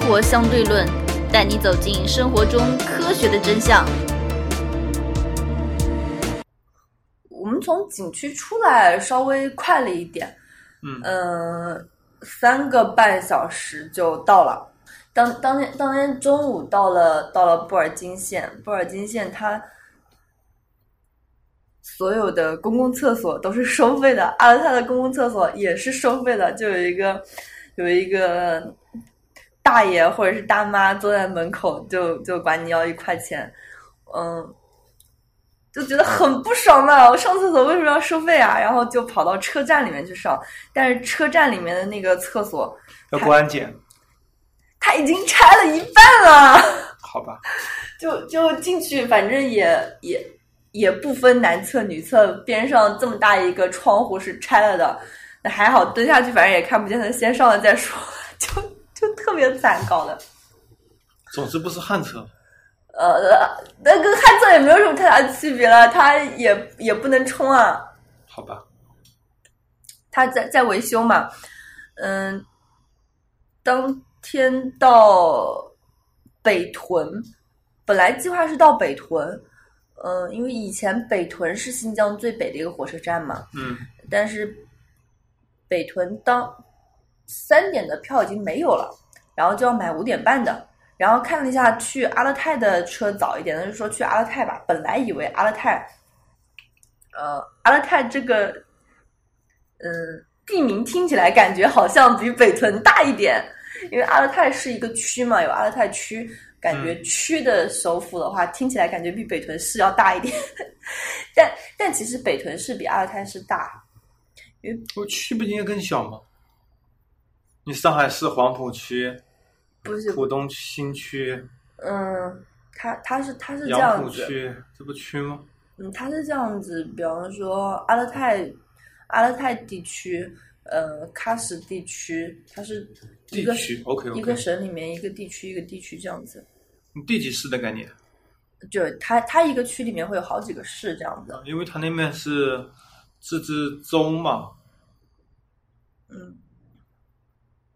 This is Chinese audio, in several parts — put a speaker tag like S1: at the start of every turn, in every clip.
S1: 活相对论》，带你走进生活中科学的真相。
S2: 我们从景区出来稍微快了一点，
S3: 嗯
S2: 呃，三个半小时就到了。当当天当天中午到了到了布尔津县，布尔津县它所有的公共厕所都是收费的，阿勒泰的公共厕所也是收费的，就有一个有一个大爷或者是大妈坐在门口就就管你要一块钱，嗯，就觉得很不爽嘛！ 我上厕所为什么要收费啊？然后就跑到车站里面去上，但是车站里面的那个厕所
S3: 要过安检，
S2: 它已经拆了一半了，
S3: 好吧？
S2: 就就进去，反正也也也不分男厕女厕，边上这么大一个窗户是拆了的，那还好蹲下去，反正也看不见他，先上了再说， 就就特别惨搞的。
S3: 总之不是旱厕，
S2: 呃，那跟旱厕也没有什么太大区别了，它也也不能冲啊。
S3: 好吧？
S2: 他在在维修嘛，嗯，当天到北屯，本来计划是到北屯，嗯，因为以前北屯是新疆最北的一个火车站嘛，
S3: 嗯，
S2: 但是北屯当三点的票已经没有了，然后就要买五点半的。然后看了一下去阿勒泰的车早一点，他就说去阿勒泰吧。本来以为阿勒泰，呃，阿勒泰这个嗯，地名听起来感觉好像比北屯大一点，因为阿勒泰是一个区嘛，有阿勒泰区，感觉区的首府的话，听起来感觉比北屯市要大一点， 但但其实北屯市比阿勒泰市大，
S3: 我区不应该更小吗？你上海市黄浦区、
S2: 不是，
S3: 浦东新区、
S2: 嗯，它它是它是这
S3: 杨
S2: 样
S3: 浦
S2: 子，
S3: 区，这不区吗？
S2: 嗯，它是这样子，比方说阿勒泰阿勒泰地区，呃，喀什地区，它是一
S3: 地
S2: 个
S3: 区，OK
S2: 一个
S3: OK，
S2: 省里面一个地区一个地区这样子。
S3: 地级市的概念，
S2: 就是它它一个区里面会有好几个市这样子。
S3: 因为它那边是自治州嘛，
S2: 嗯，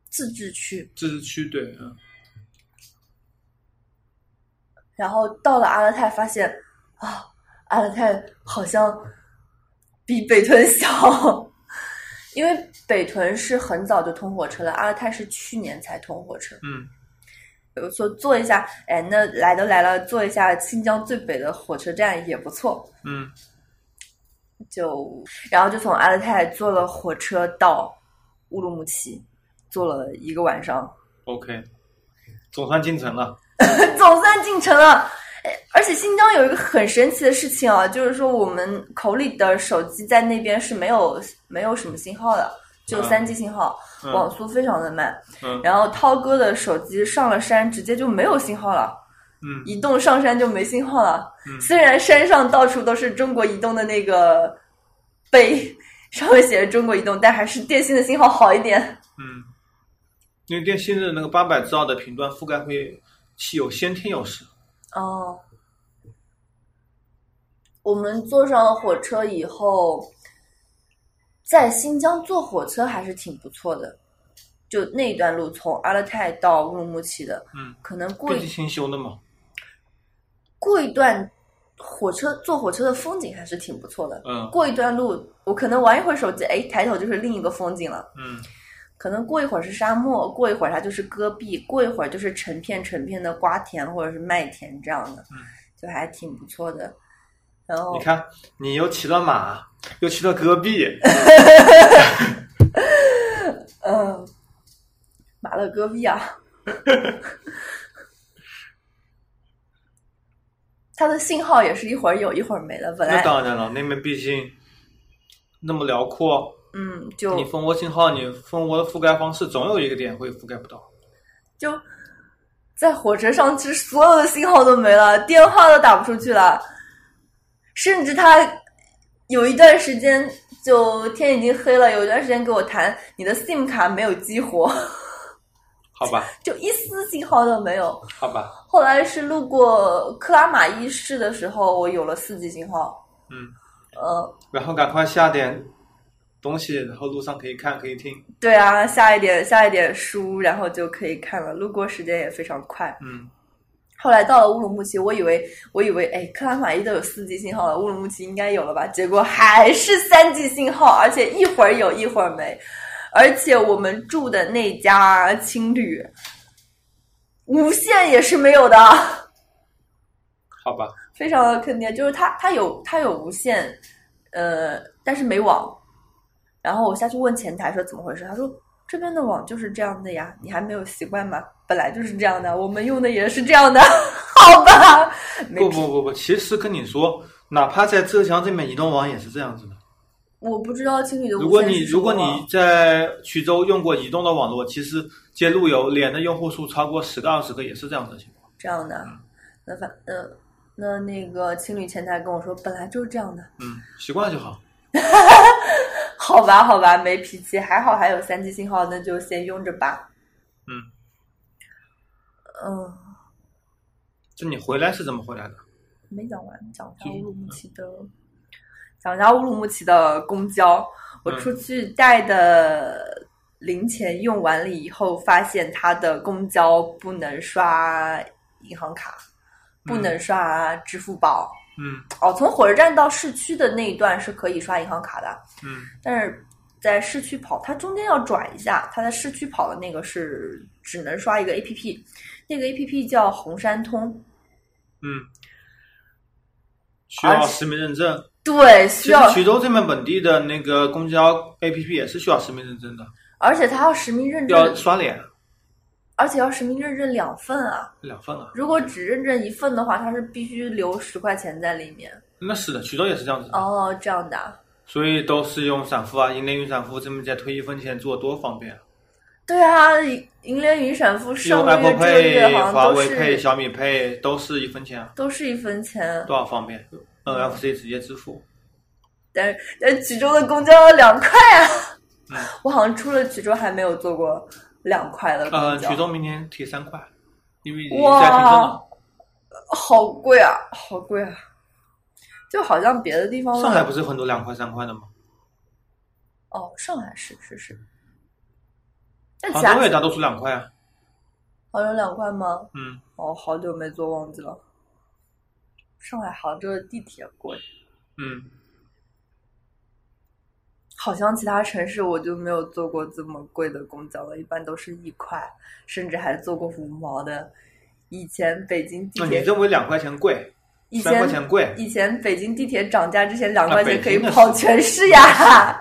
S2: 自治区。
S3: 自治区对，嗯，
S2: 然后到了阿勒泰，发现啊，阿勒泰好像比北屯小， 因为北屯是很早就通火车了，阿勒泰是去年才通火车。
S3: 嗯
S2: 比如说坐一下，哎，那来都来了，坐一下新疆最北的火车站也不错。
S3: 嗯，
S2: 就然后就从阿勒泰坐了火车到乌鲁木齐，坐了一个晚上。
S3: OK，总算进城了。
S2: 总算进城了。哎而且新疆有一个很神奇的事情啊，就是说我们口里的手机在那边是没有没有什么信号的，只有
S3: 嗯
S2: 三 G 信号，网
S3: 嗯
S2: 速非常的慢。
S3: 嗯
S2: 然后涛哥的手机上了山，直接就没有信号了，
S3: 嗯
S2: 移动上山就没信号了。
S3: 嗯
S2: 虽然山上到处都是中国移动的那个碑，上面写着中国移动，但还是电信的信号好一点。
S3: 嗯，因为电信的那个八百兆的频段覆盖会是有先天优势。
S2: 哦，我们坐上了火车以后，在新疆坐火车还是挺不错的，就那一段路从阿勒泰到乌鲁木齐的，
S3: 嗯，
S2: 可能过
S3: 毕竟
S2: 一
S3: 新修的嘛。
S2: 过一段火车坐火车的风景还是挺不错的。
S3: 嗯
S2: 过一段路，我可能玩一会儿手机，哎，抬头就是另一个风景了。
S3: 嗯
S2: 可能过一会儿是沙漠，过一会儿它就是戈壁，过一会儿就是成片成片的瓜田或者是麦田这样的，
S3: 嗯
S2: 就还挺不错的。然后
S3: 你看，你又骑了马，又去了戈壁，
S2: 嗯，马勒戈壁啊， 它的信号也是一会儿有一会儿没了。本
S3: 那
S2: 来
S3: 当然了，那边毕竟那么辽阔，
S2: 嗯，就
S3: 你蜂窝信号，你蜂窝的覆盖方式总有一个点会覆盖不到。
S2: 就在火车上，其实所有的信号都没了，电话都打不出去了，甚至他有一段时间就天已经黑了，有一段时间给我谈你的 SIM 卡没有激活，
S3: 好吧，
S2: 就一丝信号都没有。
S3: 好吧，
S2: 后来是路过克拉玛依市的时候，我有了四 G 信号。
S3: 嗯，
S2: 呃，
S3: 然后赶快下点东西，然后路上可以看可以听。
S2: 对啊，下一点下一点书，然后就可以看了，路过时间也非常快。
S3: 嗯，
S2: 后来到了乌鲁木齐，我以为我以为哎，克拉玛依都有四 G 信号了，乌鲁木齐应该有了吧？结果还是三 G 信号，而且一会儿有一会儿没。而且我们住的那家青旅，无线也是没有的，
S3: 好吧，
S2: 非常的坑爹。就是它它有它有无线，呃，但是没网。然后我下去问前台说怎么回事，他说这边的网就是这样的呀，你还没有习惯吗？本来就是这样的，我们用的也是这样的， 好吧？没
S3: 不不不不，其实跟你说，哪怕在浙江这边，移动网也是这样子的。
S2: 我不知道青旅的无线啊
S3: 如果你
S2: 是什么
S3: 如果你在徐州用过移动的网络，其实接路由连的用户数超过十个二十个也是这样的情况。
S2: 这样的，那反呃那那个青旅前台跟我说本来就是这样的，
S3: 嗯，习惯就好。
S2: 好吧好吧，没脾气，还好还有三 G 信号，那就先用着吧。
S3: 嗯，
S2: 嗯，
S3: 就你回来是怎么回来的？
S2: 没讲完，讲一下
S3: 继
S2: 乌
S3: 续嗯
S2: 鲁木齐的，讲一下乌鲁木齐的公交。我
S3: 嗯
S2: 出去带的零钱用完了以后，发现他的公交不能刷银行卡，不能刷支付宝。
S3: 嗯
S2: 哦，从火车站到市区的那一段是可以刷银行卡的，
S3: 嗯
S2: 但是在市区跑，它中间要转一下。它在市区跑的那个是只能刷一个 APP，那个 APP 叫红山通。
S3: 嗯，需要
S2: 而且
S3: 实名认证。
S2: 对，需
S3: 其实
S2: 要
S3: 徐州这边本地的那个公交 APP 也是需要实名认证的，
S2: 而且它要实名认
S3: 要
S2: 证，
S3: 刷脸
S2: 而且要实名认证两份啊。
S3: 两份啊。
S2: 如果只认证一份的话，它是必须留十块钱在里面。
S3: 那是的，徐州也是这样子的，
S2: 哦，这样的啊。
S3: 所以都是用闪付啊，银联云闪付这么再推一分钱做多方便啊。
S2: 对啊，银联云闪付上
S3: 用
S2: 个
S3: Apple
S2: 月、这个月
S3: Pay、
S2: 好
S3: 华
S2: 像都
S3: 为 Pay、
S2: 是
S3: 小米 Pay 都是一分钱啊，
S2: 都是一分钱，
S3: 多少方便？NFC
S2: 嗯
S3: 直接支付，
S2: 但但衢州的公交要两块啊
S3: 嗯！
S2: 我好像出了衢州还没有坐过两块的
S3: 呃，
S2: 公交，
S3: 衢州明年提三块，因为已经在停证
S2: 哇
S3: 了。，
S2: 好贵啊，好贵啊！就好像别的地方
S3: 上海不是很多两块三块的吗？
S2: 哦，上海是是是，但其他
S3: 杭州也大多数两块啊。
S2: 好像两块吗？
S3: 嗯，
S2: 哦，好久没坐，忘记了。上海、杭州的地铁贵，
S3: 嗯，
S2: 好像其他城市我就没有坐过这么贵的公交了，一般都是一块，甚至还坐过五毛的。以前北京地
S3: 那你
S2: 铁，
S3: 认为两块钱贵，
S2: 以
S3: 三块
S2: 前
S3: 钱贵？
S2: 以前北京地铁涨价之前，两
S3: 啊
S2: 块钱
S3: 北
S2: 可以
S3: 京的
S2: 跑
S3: 是
S2: 全市 呀。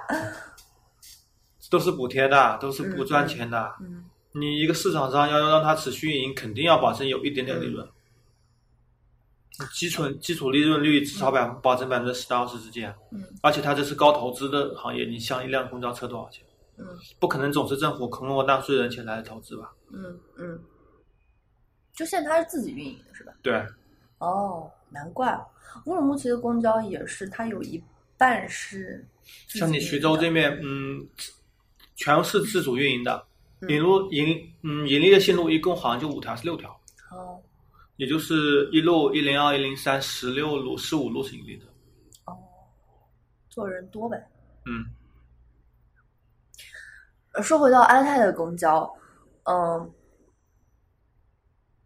S3: 都是补贴的，都是不赚钱的。
S2: 嗯，
S3: 你一个市场上要要让它持续运营，肯定要保证有一点点利润。
S2: 嗯
S3: 基础基础利润率至少百分保证百分之十到二十之间，
S2: 嗯，
S3: 而且它这是高投资的行业，你像一辆公交车多少钱？
S2: 嗯，
S3: 不可能总是政府空过纳税人钱来投资吧？
S2: 嗯嗯，就现在它是自己运营的，是吧？
S3: 对，
S2: 哦，难怪乌鲁木齐的公交也是，它有一半是自
S3: 像
S2: 己
S3: 你
S2: 运
S3: 徐
S2: 营
S3: 州
S2: 的
S3: 这边，嗯，全是自主运营的，
S2: 嗯
S3: 引入盈嗯盈利的线路一共好像就五条还是六条，
S2: 哦
S3: 也就是一路一零二、一零三、十六路、十五路是盈利的。
S2: 哦，做人多呗。
S3: 嗯，
S2: 呃说回到安泰的公交，嗯，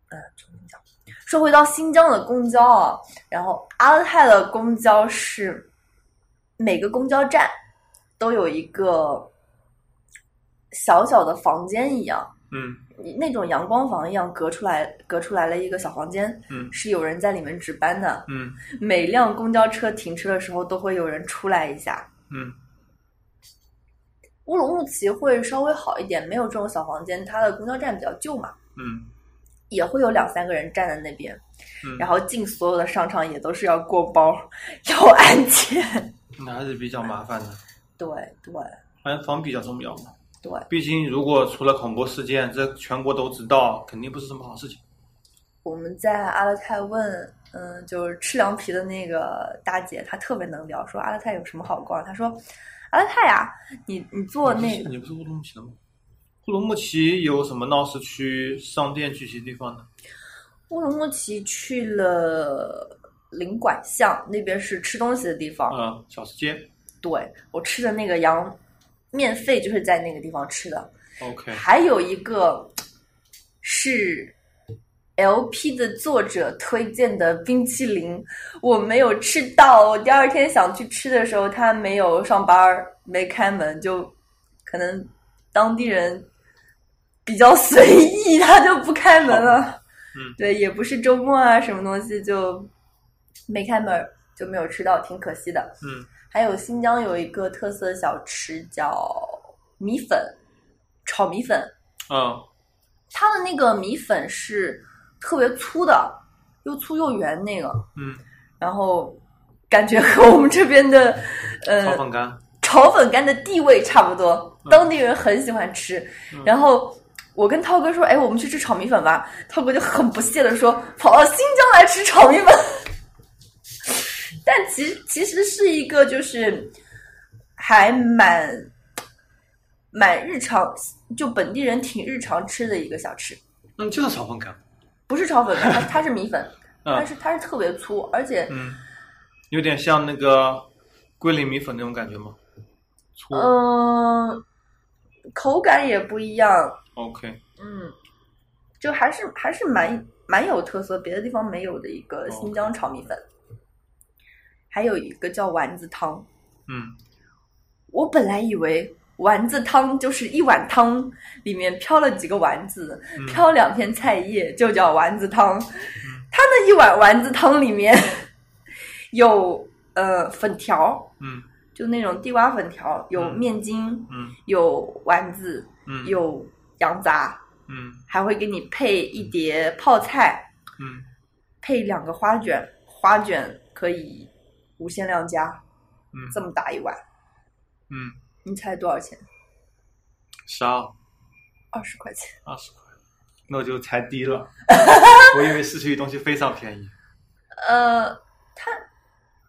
S2: 呃，重新讲。说回到新疆的公交啊，然后阿勒泰的公交是每个公交站都有一个小小的房间一样，
S3: 嗯
S2: 那种阳光房一样隔出来，隔出来了一个小房间，
S3: 嗯
S2: 是有人在里面值班的。
S3: 嗯
S2: 每辆公交车停车的时候都会有人出来一下。
S3: 嗯
S2: 乌鲁木齐会稍微好一点，没有这种小房间，它的公交站比较旧嘛，
S3: 嗯
S2: 也会有两三个人站在那边，
S3: 嗯，
S2: 然后进所有的商场也都是要过包，要安检。
S3: 那还是比较麻烦的，
S2: 对对
S3: 安防比较重要嘛。
S2: 对，
S3: 毕竟如果出了恐怖事件，这全国都知道，肯定不是什么好事情。
S2: 我们在阿勒泰问，嗯，就是吃凉皮的那个大姐，她特别能聊，说阿勒泰有什么好逛？她说，阿勒泰啊，你你坐那
S3: 你不
S2: 个
S3: 是你不是乌鲁木齐的吗？乌鲁木齐有什么闹市区、商店聚集地方呢？
S2: 乌鲁木齐去了灵拐巷，那边是吃东西的地方。
S3: 啊嗯，小吃街。
S2: 对我吃的那个羊面费就是在那个地方吃的，
S3: OK，
S2: 还有一个是 LP 的作者推荐的冰淇淋，我没有吃到。我第二天想去吃的时候，他没有上班儿，没开门，就可能当地人比较随意，他就不开门了。
S3: 嗯
S2: 对，也不是周末啊，什么东西就没开门儿，就没有吃到，挺可惜的。
S3: 嗯，
S2: 还有新疆有一个特色小吃叫米粉，炒米粉，
S3: 啊，
S2: 它的那个米粉是特别粗的，又粗又圆那个，
S3: 嗯，
S2: 然后感觉和我们这边的
S3: 炒
S2: 呃
S3: 粉干，
S2: 炒粉干的地位差不多，
S3: 嗯
S2: 当地人很喜欢吃
S3: 嗯。
S2: 然后我跟涛哥说：“哎，我们去吃炒米粉吧。”涛哥就很不屑的说：“跑到新疆来吃炒米粉。” 但其实其实是一个就是还蛮蛮日常，就本地人挺日常吃的一个小吃，
S3: 嗯，就是炒粉干，
S2: 不是炒粉干，它它是米粉，但
S3: 嗯
S2: 是它是特别粗，而且
S3: 嗯，有点像那个桂林米粉那种感觉吗？粗
S2: 嗯、口感也不一样，
S3: ，OK，
S2: 嗯，就还是还是蛮蛮有特色，别的地方没有的一
S3: 哦
S2: 个新疆炒米粉。还有一个叫丸子汤，
S3: 嗯，
S2: 我本来以为丸子汤就是一碗汤里面飘了几个丸子，
S3: 嗯
S2: 飘两片菜叶就叫丸子汤。它那一碗丸子汤里面 有呃粉条，
S3: 嗯
S2: 就那种地瓜粉条，有
S3: 嗯
S2: 面筋，
S3: 嗯
S2: 有丸子，
S3: 嗯，
S2: 有羊杂，
S3: 嗯
S2: 还会给你配一碟泡菜，
S3: 嗯，
S2: 配两个花卷，花卷可以无限量加，
S3: 嗯
S2: 这么大一碗，
S3: 嗯，
S2: 你猜多少钱？
S3: 十二
S2: 二十块钱。
S3: 二十块，那我就猜低 了，我以为市区里东西非常便宜，
S2: 呃，它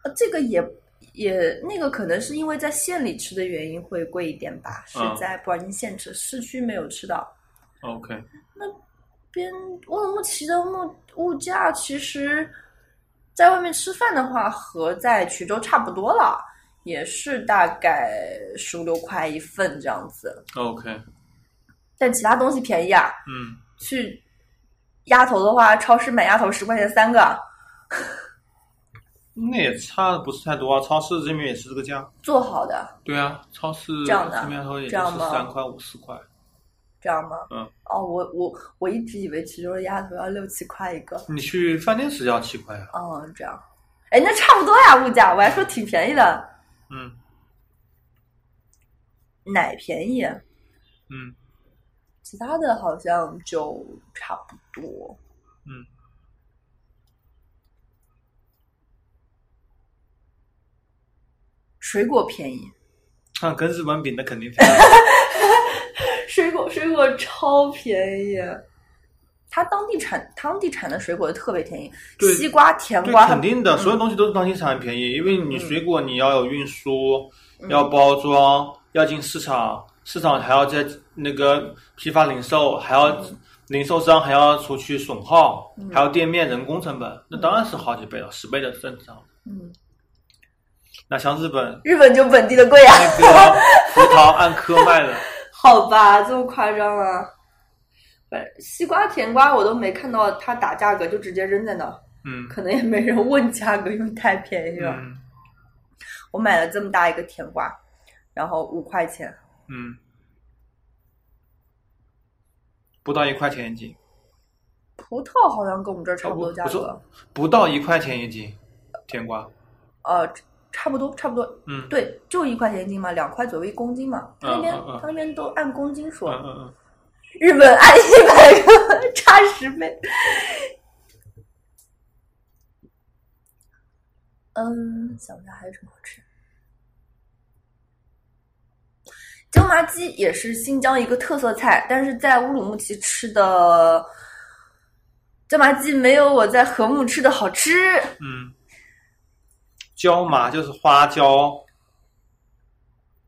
S2: 呃这个也也那个可能是因为在县里吃的原因会贵一点吧，是
S3: 嗯
S2: 在布尔津县吃，市区没有吃到。
S3: OK，
S2: 边乌鲁木齐的物物价其实，在外面吃饭的话，和在衢州差不多了，也是大概十五六块一份这样子。
S3: OK，
S2: 但其他东西便宜啊，
S3: 嗯，
S2: 去鸭头的话，超市买鸭头十块钱三个，
S3: 那也差不是太多啊，超市这边也是这个价。
S2: 做好的，
S3: 对啊，超市
S2: 这样的
S3: 面头也
S2: 这
S3: 就
S2: 样
S3: 是
S2: 吗
S3: 三块五十块，
S2: 知道吗？
S3: 嗯。
S2: 哦，我我我一直以为衢州的鸭头要六七块一个。
S3: 你去饭店吃要七块啊呀、
S2: 哦，这样。哎，那差不多呀，物价我还说挺便宜的，
S3: 嗯
S2: 奶便宜。啊
S3: 嗯
S2: 其他的好像就差不多。
S3: 嗯。
S2: 水果便宜，
S3: 那、啊跟日本比那肯定便宜。
S2: 水果水果超便宜。它当地产当地产的水果特别便宜，
S3: 对
S2: 西瓜、甜
S3: 对，
S2: 瓜
S3: 肯定的，所有东西都是当地产便宜，因为你水果你要有运输，
S2: 嗯
S3: 要包装，要进市场，市场还要在那个批发零售，还要、
S2: 嗯
S3: 零售商还要除去损耗，还有店面人工成本，那当然是好几倍了，十倍的正常。
S2: 嗯，
S3: 那像日本
S2: 日本就本地的贵啊，
S3: 那个葡萄 按颗卖的，
S2: 好吧，这么夸张啊？反正西瓜、甜瓜我都没看到它打价格，就直接扔在那儿，
S3: 嗯
S2: 可能也没人问价格，因为太便宜了。
S3: 嗯
S2: 我买了这么大一个甜瓜，然后五块钱，
S3: 嗯，不到一块钱一斤。
S2: 葡萄好像跟我们这儿差不多价
S3: 不
S2: 格，
S3: 不到一块钱一斤，甜瓜。
S2: 呃，差不多差不多，
S3: 嗯
S2: 对，就一块钱一斤嘛，两块左右一公斤嘛。他那边
S3: 嗯嗯嗯
S2: 他那边都按公斤
S3: 嗯
S2: 说，
S3: 嗯嗯，
S2: 日本按一百克，差十倍。嗯，想不到还有什么好吃。椒麻鸡也是新疆一个特色菜，但是在乌鲁木齐吃的椒麻鸡没有我在禾木吃的好吃。
S3: 嗯，椒麻就是花椒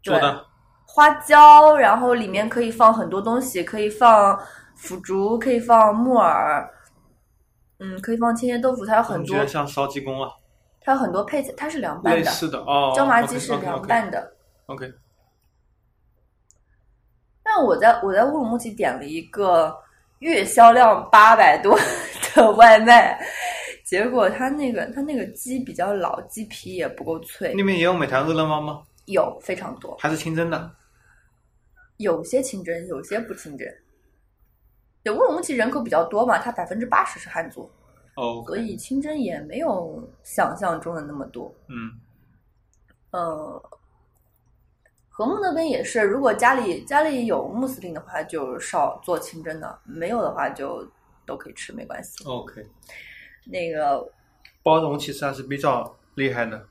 S3: 做的，
S2: 花椒，然后里面可以放很多东西，可以放腐竹，可以放木耳，嗯，可以放千叶豆腐，它有很
S3: 你觉
S2: 多
S3: 得，像烧鸡公啊，
S2: 它有很多配菜，它是凉拌
S3: 类
S2: 的，
S3: 似的哦。
S2: 椒麻鸡是凉拌的。
S3: OK，, o k
S2: 在我在我在乌鲁木齐点了一个月销量八百多的外卖，结果它那个它那个鸡比较老，鸡皮也不够脆，
S3: 那边也有美团、饿了么吗？
S2: 有非常多，
S3: 还是清真的？
S2: 有些清真，有些不清真。对，乌鲁木齐人口比较多嘛，它百分之八十是汉族，
S3: 哦，
S2: 所以清真也没有想象中的那么多。
S3: 嗯，
S2: 呃，和睦那边也是，如果家里家里有穆斯林的话，就少做清真的；没有的话，就都可以吃，没关系。
S3: OK，
S2: 那个
S3: 包容其实还是比较厉 害的，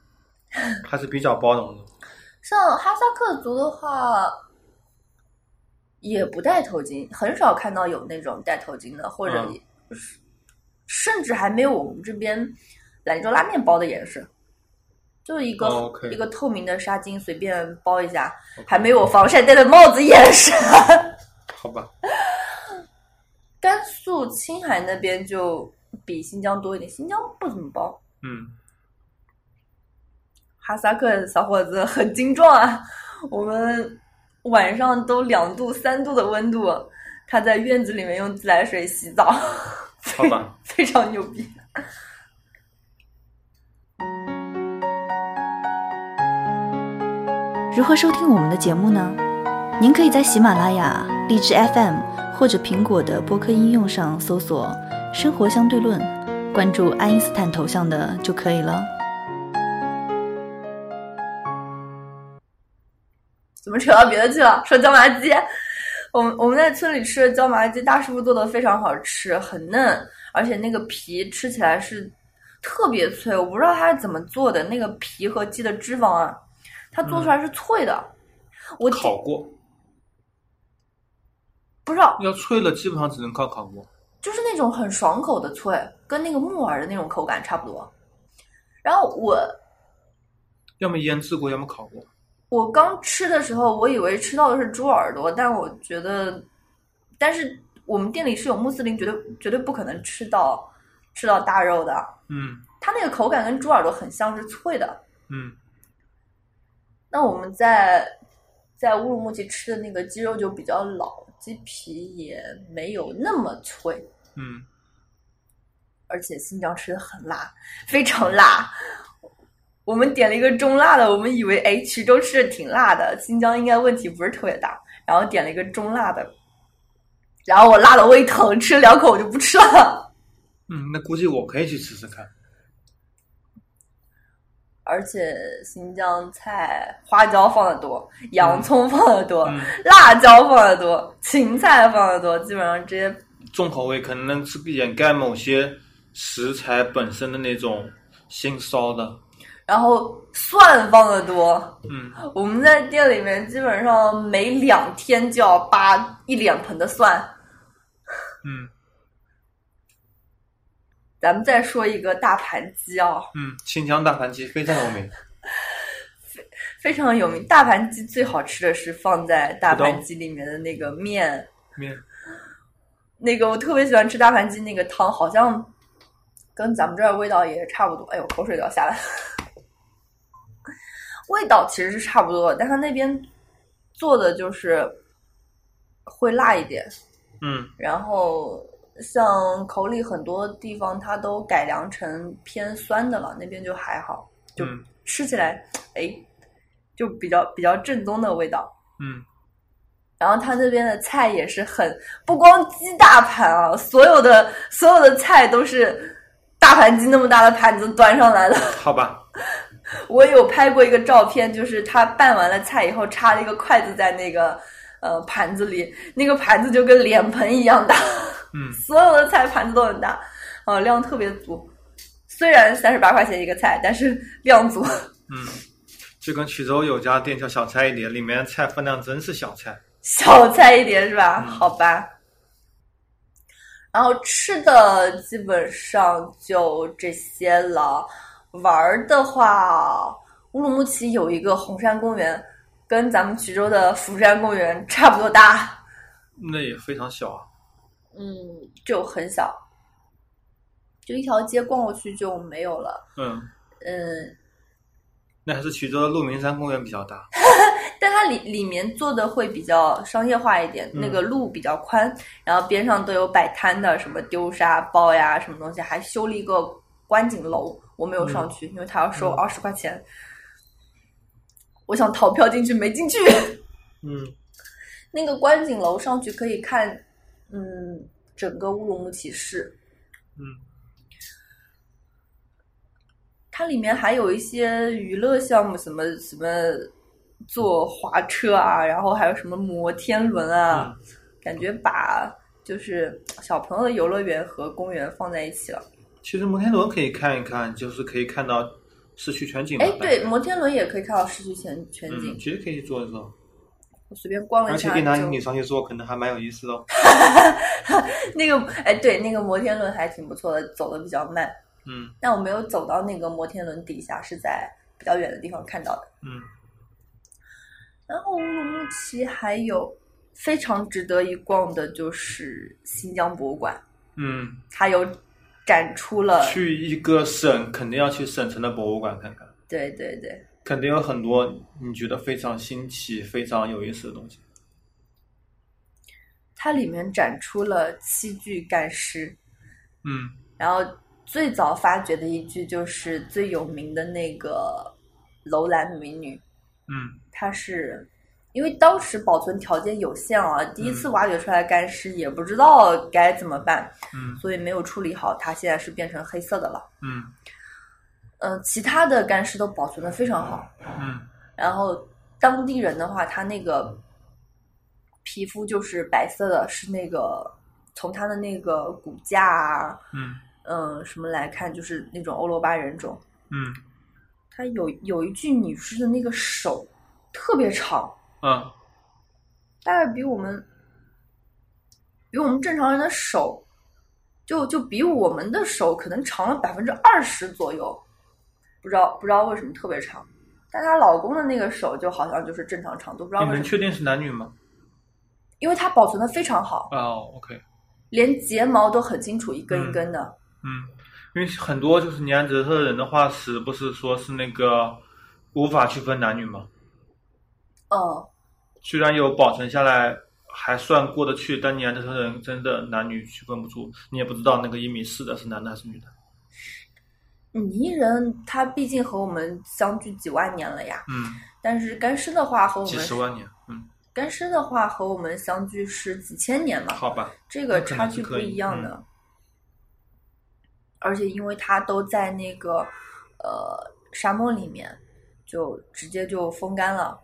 S3: 还是比较包容的。
S2: 像哈萨克族的话，也不戴头巾，很少看到有那种戴头巾的，或者、
S3: 嗯
S2: 甚至还没有我们这边兰州拉面包的严实。就是一个、
S3: 哦，OK
S2: 一个透明的纱巾，随便包一下
S3: OK 嗯
S2: 还没有我防晒戴的帽子严实。
S3: 好吧，
S2: 甘肃、青海那边就比新疆多一点，新疆不怎么包。
S3: 嗯，
S2: 哈萨克小伙子很精壮啊，我们晚上都两度、三度的温度，他在院子里面用自来水洗澡，
S3: 好吧，
S2: 非常牛逼。
S1: 如何收听我们的节目呢？您可以在喜马拉雅、荔枝 FM 或者苹果的播客应用上搜索“生活相对论”，关注爱因斯坦头像的就可以了。
S2: 怎么扯到别的去了？说椒麻鸡，我们我们在村里吃的椒麻鸡，大师傅做的非常好吃，很嫩，而且那个皮吃起来是特别脆。我不知道他是怎么做的，那个皮和鸡的脂肪啊，它做出来是脆的。我
S3: 烤过，
S2: 不知道，
S3: 要脆了基本上只能靠烤过。
S2: 就是那种很爽口的脆，跟那个木耳的那种口感差不多。然后我
S3: 要么腌制过，要么烤过。
S2: 我刚吃的时候，我以为吃到的是猪耳朵，但我觉得，但是我们店里是有穆斯林，绝对绝对不可能吃到吃到大肉的。
S3: 嗯
S2: 它那个口感跟猪耳朵很像，是脆的。
S3: 嗯，
S2: 那我们在在乌鲁木齐吃的那个鸡肉就比较老，鸡皮也没有那么脆，
S3: 嗯，
S2: 而且新疆吃的很辣，非常辣。我们点了一个中辣的，我们以为哎衢州吃的挺辣的，新疆应该问题不是特别大，然后点了一个中辣的，然后我辣的胃疼，吃了两口我就不吃了。
S3: 嗯，那估计我可以去吃吃看。
S2: 而且新疆菜花椒放的多，洋葱放的多，
S3: 嗯，
S2: 辣椒放的多，芹菜放的多，基本上这些
S3: 重口味可能能是掩盖某些食材本身的那种腥骚的。
S2: 然后蒜放的多。
S3: 嗯，
S2: 我们在店里面基本上每两天就要扒一脸盆的蒜。
S3: 嗯
S2: 咱们再说一个大盘鸡啊、
S3: 嗯，新疆大盘鸡非常有名。
S2: 非常有名。大盘鸡最好吃的是放在大盘鸡里面的那个面，
S3: 面，
S2: 那个我特别喜欢吃大盘鸡那个汤，好像跟咱们这儿味道也差不多。哎呦，口水都要下来 了。味道其实是差不多的，但他那边做的就是会辣一点，
S3: 嗯
S2: 然后像口里很多地方它都改良成偏酸的了，那边就还好，就
S3: 嗯
S2: 吃起来，哎，就比较比较正宗的味道。
S3: 嗯，
S2: 然后他那边的菜也是很不光鸡大盘啊，所有的所有的菜都是大盘鸡那么大的盘子端上来的。
S3: 好吧。
S2: 我有拍过一个照片，就是他拌完了菜以后插了一个筷子在那个呃盘子里，那个盘子就跟脸盆一样大。
S3: 嗯
S2: 所有的菜盘子都很大，啊，量特别足。虽然三十八块钱一个菜，但是量足。
S3: 嗯，就跟衢州有家店叫小菜一碟，里面菜分量真是小菜。
S2: 小菜一碟是吧？
S3: 嗯
S2: 好吧。然后吃的基本上就这些了。玩儿的话，乌鲁木齐有一个红山公园，跟咱们衢州的福山公园差不多大，
S3: 那也非常小啊。
S2: 嗯，就很小，就一条街逛过去就没有了。
S3: 嗯，
S2: 嗯，
S3: 那还是衢州的鹿鸣山公园比较大。
S2: 但它里里面做的会比较商业化一点，
S3: 嗯
S2: 那个路比较宽，然后边上都有摆摊的，什么丢沙包呀，什么东西，还修了一个观景楼，我没有上去，因为他要收二十块钱。我想逃票进去，没进去。
S3: 嗯
S2: 那个观景楼上去可以看，嗯，整个乌鲁木齐市。
S3: 嗯
S2: 它里面还有一些娱乐项目，什么什么坐滑车啊，然后还有什么摩天轮啊，
S3: 嗯
S2: 感觉把就是小朋友的游乐园和公园放在一起了。
S3: 其实摩天轮可以看一看，就是可以看到市区全景嘛。
S2: 哎，对，摩天轮也可以看到市区全全景。
S3: 嗯，其实可以坐一坐，
S2: 我随便逛了
S3: 而
S2: 一
S3: 且
S2: 下，
S3: 可以拿
S2: 就
S3: 你上去坐，可能还蛮有意思的哦。
S2: 那个哎，对，那个摩天轮还挺不错的，走的比较慢，
S3: 嗯
S2: 但我没有走到那个摩天轮底下，是在比较远的地方看到的。
S3: 嗯
S2: 然后乌鲁木齐还有非常值得一逛的就是新疆博物馆，
S3: 嗯，
S2: 它有展出了，
S3: 去一个省肯定要去省城的博物馆看看，
S2: 对对对，
S3: 肯定有很多你觉得非常新奇、非常有意思的东西。
S2: 它里面展出了七具干尸，
S3: 嗯
S2: 然后最早发掘的一具就是最有名的那个楼兰美女，
S3: 嗯
S2: 它是。因为当时保存条件有限啊，第一次挖掘出来的干尸也不知道该怎么办，
S3: 嗯
S2: 所以没有处理好，它现在是变成黑色的了。
S3: 嗯
S2: 嗯，其他的干尸都保存的非常好。
S3: 嗯
S2: 然后当地人的话，他那个皮肤就是白色的，是那个从他的那个骨架啊，
S3: 嗯
S2: 嗯，什么来看，就是那种欧罗巴人种。
S3: 嗯
S2: 他有有一具女尸的那个手特别长，
S3: 嗯
S2: 大概比我们比我们正常人的手，就就比我们的手可能长了百分之二十左右，不知道不知道为什么特别长。但她老公的那个手就好像就是正常长度，不知道
S3: 你
S2: 为
S3: 能
S2: 什么，
S3: 确定是男女吗？
S2: 因为她保存的非常好，
S3: 哦，OK，
S2: 连睫毛都很清楚，一根一根的。
S3: 嗯，因为很多就是尼安德特人的化石，不是说是那个无法区分男女吗？
S2: 嗯，
S3: 虽然有保存下来还算过得去，但尼安德特人真的男女区分不出，你也不知道那个一米四的是男的还是女的。
S2: 泥人他毕竟和我们相距几万年了呀，
S3: 嗯，
S2: 但是干尸的话和我
S3: 几
S2: 们
S3: 十万年。嗯，
S2: 干尸的话和我们相距是几千年嘛。
S3: 好吧。
S2: 这个
S3: 那可
S2: 差
S3: 能是
S2: 距
S3: 可
S2: 不
S3: 以嗯
S2: 一样的。而且因为它都在那个呃沙漠里面，就直接就风干了。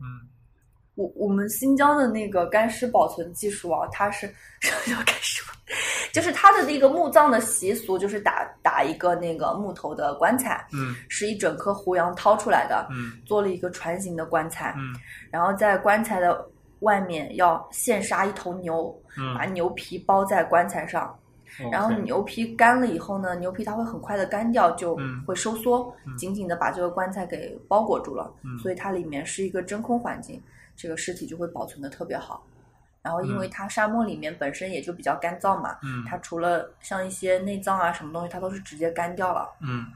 S3: 嗯，
S2: 我我们新疆的那个干尸保存技术啊，它是什么叫干尸？ 就是它的那个墓葬的习俗，就是打打一个那个木头的棺材，
S3: 嗯
S2: 是一整颗胡杨掏出来的，
S3: 嗯
S2: 做了一个船形的棺材，
S3: 嗯
S2: 然后在棺材的外面要现杀一头牛，把
S3: 嗯，哦
S2: 牛皮包在棺材上，然后
S3: OK
S2: 牛皮干了以后呢，牛皮它会很快的干掉，就
S3: 嗯
S2: 会收缩，
S3: 嗯
S2: 紧紧的把这个棺材给包裹住了，
S3: 嗯
S2: 所以它里面是一个真空环境，这个尸体就会保存的特别好。然后因为
S3: 嗯
S2: 它沙漠里面本身也就比较干燥嘛，
S3: 嗯
S2: 它除了像一些内脏啊什么东西，它都是直接干掉了。
S3: 嗯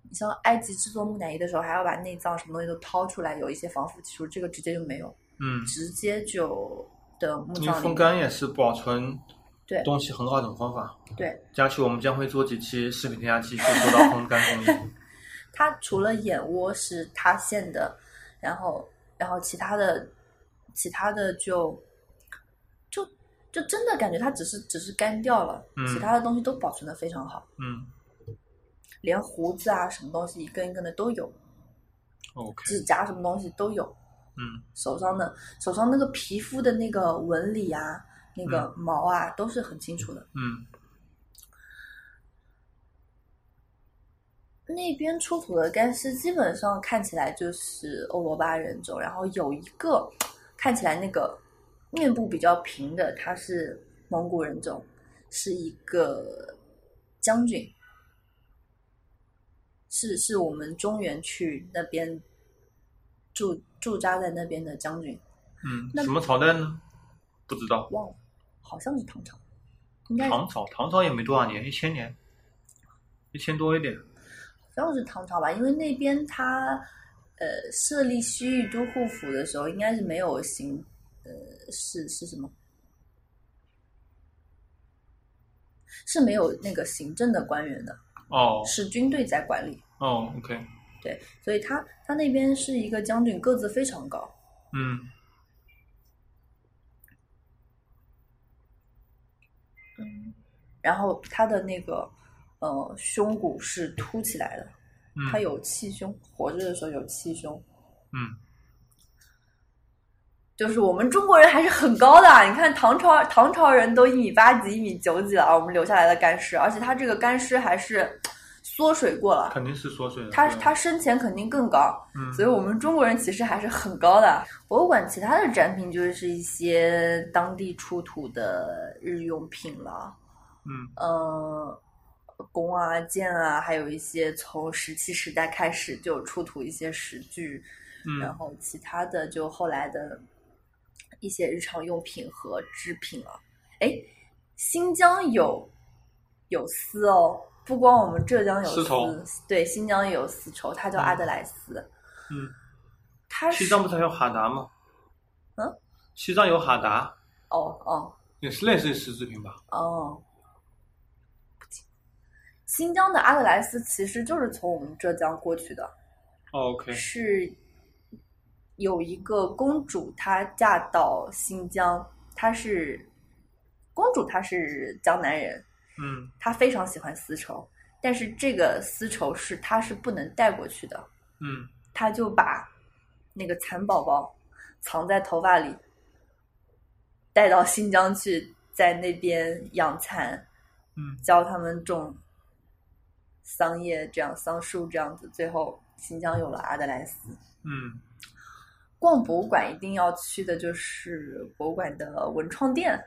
S2: 你像埃及制作木乃伊的时候，还要把内脏什么东西都掏出来，有一些防腐技术，这个直接就没有，
S3: 嗯，
S2: 直接就的墓
S3: 因为
S2: 葬里
S3: 风
S2: 面
S3: 干也是保存
S2: 对
S3: 东西很好的方法。
S2: 对。
S3: 下去我们将会做几期视频添加技术，做到风干工艺。
S2: 它除了眼窝是塌陷的，然后然后其他的其他的就就就真的感觉它只是只是干掉了，
S3: 嗯
S2: 其他的东西都保存的非常好，
S3: 嗯
S2: 连胡子啊什么东西一根一根的都有，
S3: ，OK，
S2: 指甲什么东西都有，
S3: 嗯
S2: 手上的手上那个皮肤的那个纹理啊，那个毛啊、都是很清楚的。
S3: 嗯
S2: 那边出土的干尸基本上看起来就是欧罗巴人种，然后有一个看起来那个面部比较平的，他是蒙古人种，是一个将军，是是我们中原去那边驻驻扎在那边的将军，
S3: 嗯，
S2: 那
S3: 什么朝代呢？不知道。
S2: 忘了，好像是唐朝，应该好
S3: 唐朝，唐朝也没多少年，一千年，一千多一点。
S2: 像是唐朝吧，因为那边他呃设立西域都护府的时候，应该是没有行，呃是是什么？是没有那个行政的官员的，
S3: 哦
S2: 是军队在管理。
S3: 哦，OK，
S2: 对，所以他他那边是一个将军，个子非常高，
S3: 嗯，
S2: 然后他的那个呃胸骨是凸起来的，
S3: 嗯
S2: 他有气胸，活着的时候有气胸。
S3: 嗯，
S2: 就是我们中国人还是很高的啊，你看唐朝唐朝人都一米八几、一米九几了啊，我们留下来的干尸，而且他这个干尸还是缩水过了，
S3: 肯定是缩水的。
S2: 他
S3: 对啊
S2: 他生前肯定更高，
S3: 嗯
S2: 所以我们中国人其实还是很高的。博物馆其他的展品就是一些当地出土的日用品了，
S3: 嗯
S2: 呃，弓啊、箭啊，还有一些从石器时代开始就出土一些石具，然
S3: 嗯
S2: 后其他的就后来的一些日常用品和织品了。哎，新疆有有丝哦，不光我们浙江有
S3: 丝绸
S2: 丝，对，新疆也有丝绸，它叫阿
S3: 嗯
S2: 德莱斯，
S3: 嗯，
S2: 它
S3: 西
S2: 是
S3: 藏不是还有哈达吗？
S2: 嗯，
S3: 西藏有哈达，
S2: 哦哦
S3: 也是类似于丝织品吧？
S2: 哦，新疆的阿德莱斯其实就是从我们浙江过去的，
S3: 哦，OK，
S2: 是有一个公主，她嫁到新疆，她是公主，她是江南人，
S3: 嗯
S2: 她非常喜欢丝绸，但是这个丝绸是她是不能带过去的，
S3: 嗯，
S2: 她就把那个蚕宝宝藏在头发里，带到新疆去，在那边养蚕，
S3: 嗯
S2: 教他们种桑叶，这样桑树这样子，最后新疆有了阿德莱斯。
S3: 嗯
S2: 逛博物馆一定要去的就是博物馆的文创店，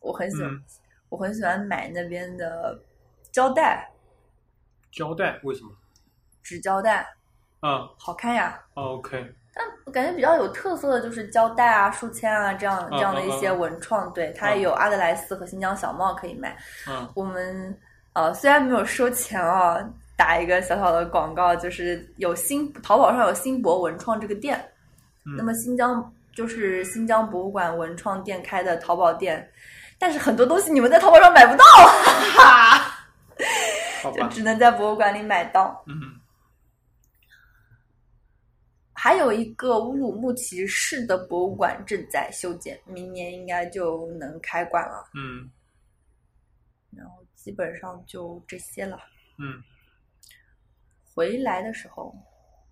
S2: 我很喜欢，
S3: 嗯
S2: 我很喜欢买那边的胶带、
S3: 胶带为什么？
S2: 纸胶带，
S3: 啊哦
S2: 好看呀。
S3: ，OK，
S2: 但我感觉比较有特色的就是胶带啊、书签啊这样这
S3: 嗯
S2: 样的一些
S3: 嗯嗯
S2: 文创，对，它
S3: 嗯
S2: 有阿德莱斯和新疆小帽可以卖。
S3: 嗯
S2: 我们呃虽然没有收钱啊，打一个小小的广告，就是有新淘宝上有新博文创这个店，
S3: 嗯
S2: 那么新疆就是新疆博物馆文创店开的淘宝店，但是很多东西你们在淘宝上买不到，哈哈，
S3: 好
S2: 就
S3: 吧，
S2: 只能在博物馆里买到。
S3: 嗯
S2: 还有一个乌鲁木齐市的博物馆正在修建，明年应该就能开馆了。
S3: 嗯
S2: 然后基本上就这些了。
S3: 嗯，
S2: 回来的时候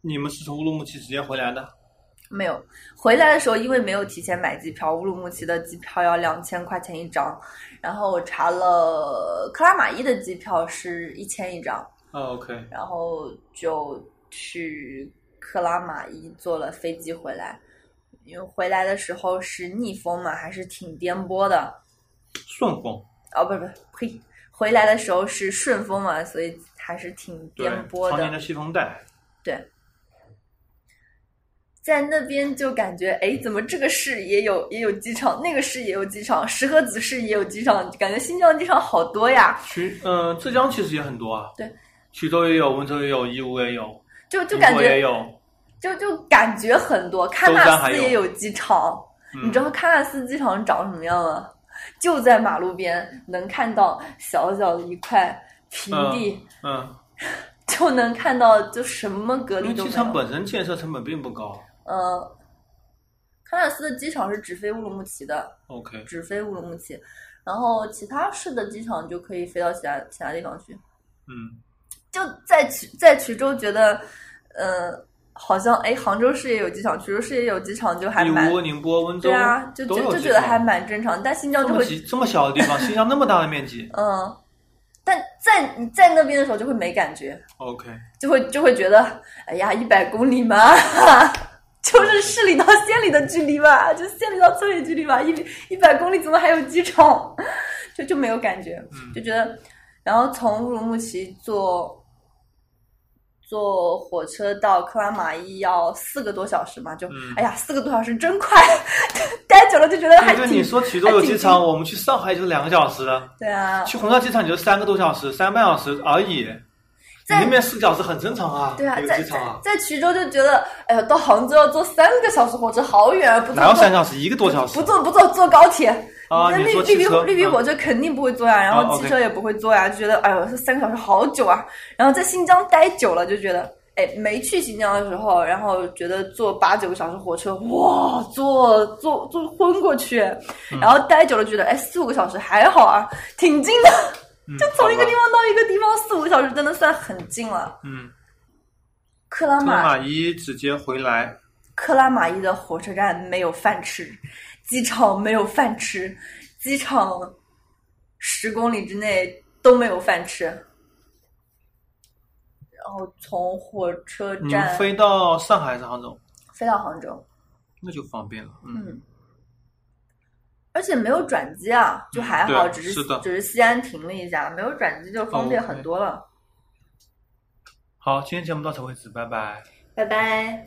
S3: 你们是从乌鲁木齐直接回来的？
S2: 没有，回来的时候因为没有提前买机票，乌鲁木齐的机票要两千块钱一张，然后我查了克拉玛依的机票是一千一张，
S3: 啊，OK，
S2: 然后就去克拉玛依坐了飞机回来，因为回来的时候是逆风嘛，还是挺颠簸的，
S3: 顺风，
S2: 哦，不是不是，呸，回来的时候是顺风嘛，所以还是挺
S3: 对
S2: 颠，簸
S3: 常
S2: 的
S3: 年，的西风带，
S2: 对，在那边就感觉，哎，怎么这个市也有也有机场，那个市也有机场，石河子市也有机场，感觉新疆机场好多呀。
S3: 徐，嗯，浙江其实也很多啊，
S2: 对，
S3: 衢州也有，温州也有，义乌也有，
S2: 就就
S3: 宁
S2: 感
S3: 波
S2: 觉，
S3: 也有，
S2: 就就感觉很多。喀
S3: 舟山
S2: 纳
S3: 还
S2: 斯
S3: 有
S2: 也有机场，你
S3: 嗯
S2: 知道喀纳斯机场长什么样吗？就在马路边，能看到小小的一块平地，
S3: 嗯，
S2: 就能看到就什么隔
S3: 因
S2: 离
S3: 为
S2: 都
S3: 机
S2: 没
S3: 场
S2: 有。
S3: 本身建设成本并不高
S2: 呃，喀纳斯的机场是直飞乌鲁木齐的，
S3: ，OK，
S2: 只飞乌鲁木齐，然后其他市的机场就可以飞到其他其他地方去。
S3: 嗯
S2: 就在衢在衢州觉得，呃，好像哎，杭州市也有机场，衢州市也有机场，就还，蛮
S3: 义乌、宁波、温州
S2: 对啊，就
S3: 都
S2: 觉
S3: 有
S2: 就
S3: 机
S2: 觉得
S3: 场
S2: 还蛮正常，但新疆
S3: 这
S2: 就
S3: 么
S2: 会
S3: 几这么小的地方，新疆那么大的面积
S2: 嗯、但在你在那边的时候就会没感觉，
S3: ，OK，
S2: 就会就会觉得，哎呀，一百公里嘛， 就是市里到县里的距离吧，就县里到村里距离吧，一一百公里怎么还有机场？ 就就没有感觉，
S3: 嗯
S2: 就觉得，然后从乌鲁木齐坐坐火车到克拉玛依要四个多小时嘛，就、
S3: 嗯
S2: 哎呀，四个多小时真快， 待久了就觉得还
S3: 因为
S2: 挺
S3: 你说衢州有机
S2: 还
S3: 场，我们去上海就是两个小时了，
S2: 对啊，
S3: 去虹桥机场也就三个多小时，三个半小时而已，
S2: 在
S3: 你那边四个小时很正常啊，
S2: 对啊，
S3: 有
S2: 在
S3: 机场啊，
S2: 在衢州就觉得，哎呀，到杭州要坐三个小时火车，好远啊，不坐
S3: 哪有三小时？一个多小时
S2: 不坐不坐坐高铁。
S3: 啊？
S2: 那
S3: 你
S2: 绿
S3: 说
S2: 绿
S3: 汽
S2: 皮
S3: 车
S2: 绿皮
S3: 嗯
S2: 火车肯定不会坐呀、然
S3: 啊
S2: 后
S3: ，OK
S2: 汽车也不会坐呀、就觉得哎呦，这三个小时好久啊。然后在新疆待久了，就觉得哎，没去新疆的时候，然后觉得坐八九个小时火车，哇，坐坐坐昏过去。
S3: 嗯
S2: 然后待久了，觉得哎，四五个小时还好啊，挺近的。
S3: 嗯
S2: 就从一个地
S3: 好吧
S2: 方到一个地方，四五个小时真的算很近了。
S3: 嗯，
S2: 克拉
S3: 克
S2: 玛
S3: 马伊直接回来，
S2: 克拉玛依的火车站没有饭吃，机场没有饭吃，机场十公里之内都没有饭吃。然后从火车
S3: 你们
S2: 站
S3: 飞到上海还是杭州？
S2: 飞到杭州，
S3: 那就方便了，嗯，
S2: 嗯，而且没有转机啊，就还好，
S3: 嗯对
S2: 只是
S3: 是的哦
S2: 只是西安停了一下，没有转机就方便很多了。
S3: 好，今天节目到此为止，拜拜。
S2: 拜拜。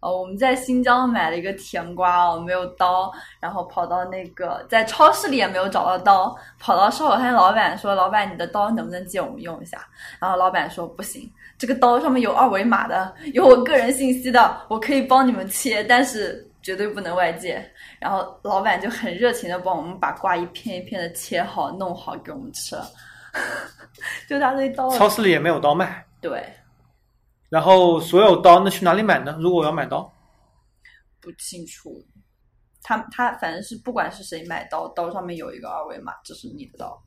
S2: 哦，我们在新疆买了一个甜瓜哦，没有刀，然后跑到那个在超市里也没有找到刀，跑到烧烤摊老板说：“老板，你的刀能不能借我们用一下？”然后老板说：“不行，这个刀上面有二维码的，有我个人信息的，我可以帮你们切，但是绝对不能外借。”然后老板就很热情的帮我们把瓜一片一片的切好、弄好给我们吃了， 就他对刀，
S3: 超市里也没有刀卖，
S2: 对，
S3: 然后所有刀那去哪里买呢？如果我要买刀，
S2: 不清楚。他他反正是不管是谁买刀，刀上面有一个二维码，这是你的刀。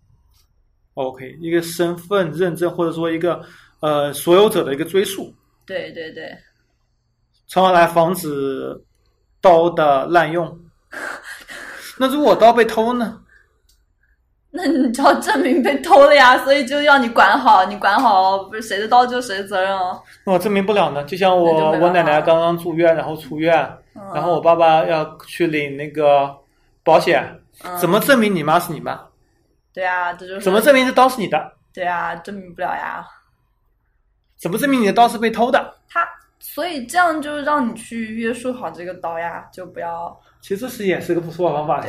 S3: OK，一个身份认证或者说一个呃所有者的一个追溯，
S2: 对对对，
S3: 从而来防止刀的滥用。 那如果刀被偷呢？
S2: 那你就要证明被偷了呀，所以就要你管好，你管好哦，不是谁的刀就谁的责任哦。
S3: 那我证明不了呢。就像
S2: 那就
S3: 我
S2: 没办法
S3: 我奶奶刚刚住院，然后出院，
S2: 嗯、
S3: 然后我爸爸要去领那个保险，
S2: 嗯
S3: 怎么证明你妈是你妈？
S2: 对啊，这就是
S3: 怎么证明这刀是你的？
S2: 对啊，证明不了呀。
S3: 怎么证明你的刀是被偷的？
S2: 他所以这样就是让你去约束好这个刀呀，就不要
S3: 其实这是也是个不错的 方法。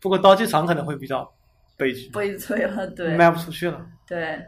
S3: 不过刀具厂可能会比较悲剧，
S2: 悲催了。对
S3: 卖不出去了。
S2: 对，